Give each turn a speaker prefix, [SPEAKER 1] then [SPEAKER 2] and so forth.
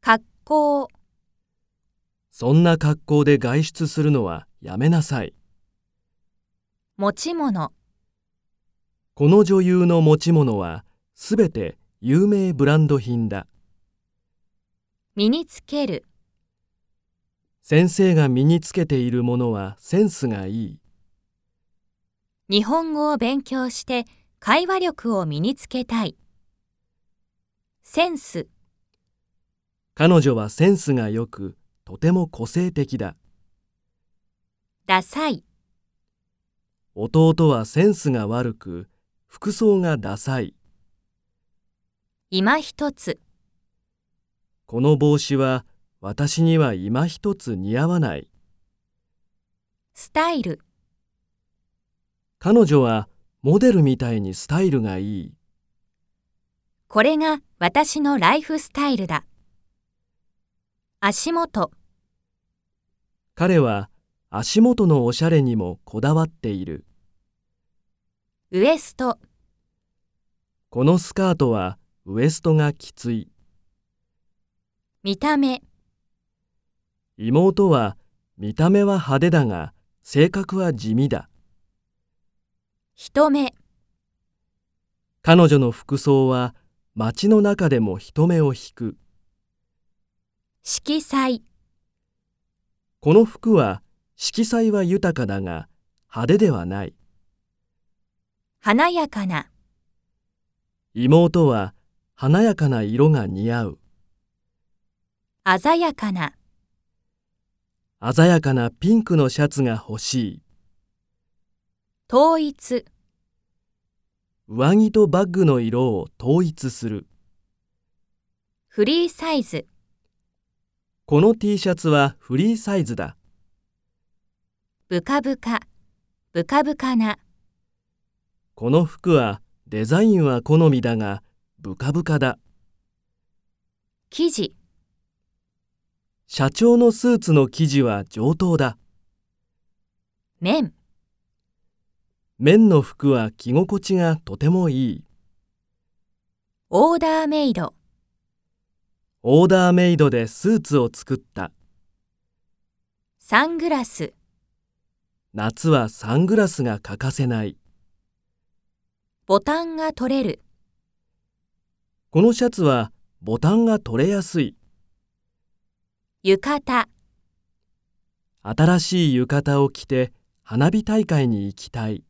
[SPEAKER 1] 格好、
[SPEAKER 2] そんな格好で外出するのはやめなさい。
[SPEAKER 1] 持ち物、
[SPEAKER 2] この女優の持ち物はすべて有名ブランド品だ。
[SPEAKER 1] 身につける、
[SPEAKER 2] 先生が身につけているものはセンスがいい。
[SPEAKER 1] 日本語を勉強して会話力を身につけたい。センス、
[SPEAKER 2] 彼女はセンスが良く、とても個性的だ。
[SPEAKER 1] ダサい、
[SPEAKER 2] 弟はセンスが悪く、服装がダサい。
[SPEAKER 1] 今一つ、
[SPEAKER 2] この帽子は私には今一つ似合わない。
[SPEAKER 1] スタイル、
[SPEAKER 2] 彼女はモデルみたいにスタイルがいい。
[SPEAKER 1] これが私のライフスタイルだ。足元、
[SPEAKER 2] 彼は足元のおしゃれにもこだわっている。
[SPEAKER 1] ウエスト、
[SPEAKER 2] このスカートはウエストがきつい。
[SPEAKER 1] 見た目、
[SPEAKER 2] 妹は見た目は派手だが性格は地味だ。
[SPEAKER 1] 人目、
[SPEAKER 2] 彼女の服装は街の中でも人目を引く。
[SPEAKER 1] 色彩、
[SPEAKER 2] この服は色彩は豊かだが派手ではない。
[SPEAKER 1] 華やかな、
[SPEAKER 2] 妹は華やかな色が似合う。
[SPEAKER 1] 鮮やかな、
[SPEAKER 2] 鮮やかなピンクのシャツが欲しい。
[SPEAKER 1] 統一、
[SPEAKER 2] 上着とバッグの色を統一する。
[SPEAKER 1] フリーサイズ、
[SPEAKER 2] この T シャツはフリーサイズだ。
[SPEAKER 1] ブカブカ、ブカブカな、
[SPEAKER 2] この服はデザインは好みだがブカブカだ。
[SPEAKER 1] 生地、
[SPEAKER 2] 社長のスーツの生地は上等だ。
[SPEAKER 1] 面、
[SPEAKER 2] 綿の服は着心地がとてもいい。
[SPEAKER 1] オーダーメイド、
[SPEAKER 2] オーダーメイドでスーツを作った。
[SPEAKER 1] サングラス、
[SPEAKER 2] 夏はサングラスが欠かせない。
[SPEAKER 1] ボタンが取れる、
[SPEAKER 2] このシャツはボタンが取れやすい。
[SPEAKER 1] 浴衣、
[SPEAKER 2] 新しい浴衣を着て花火大会に行きたい。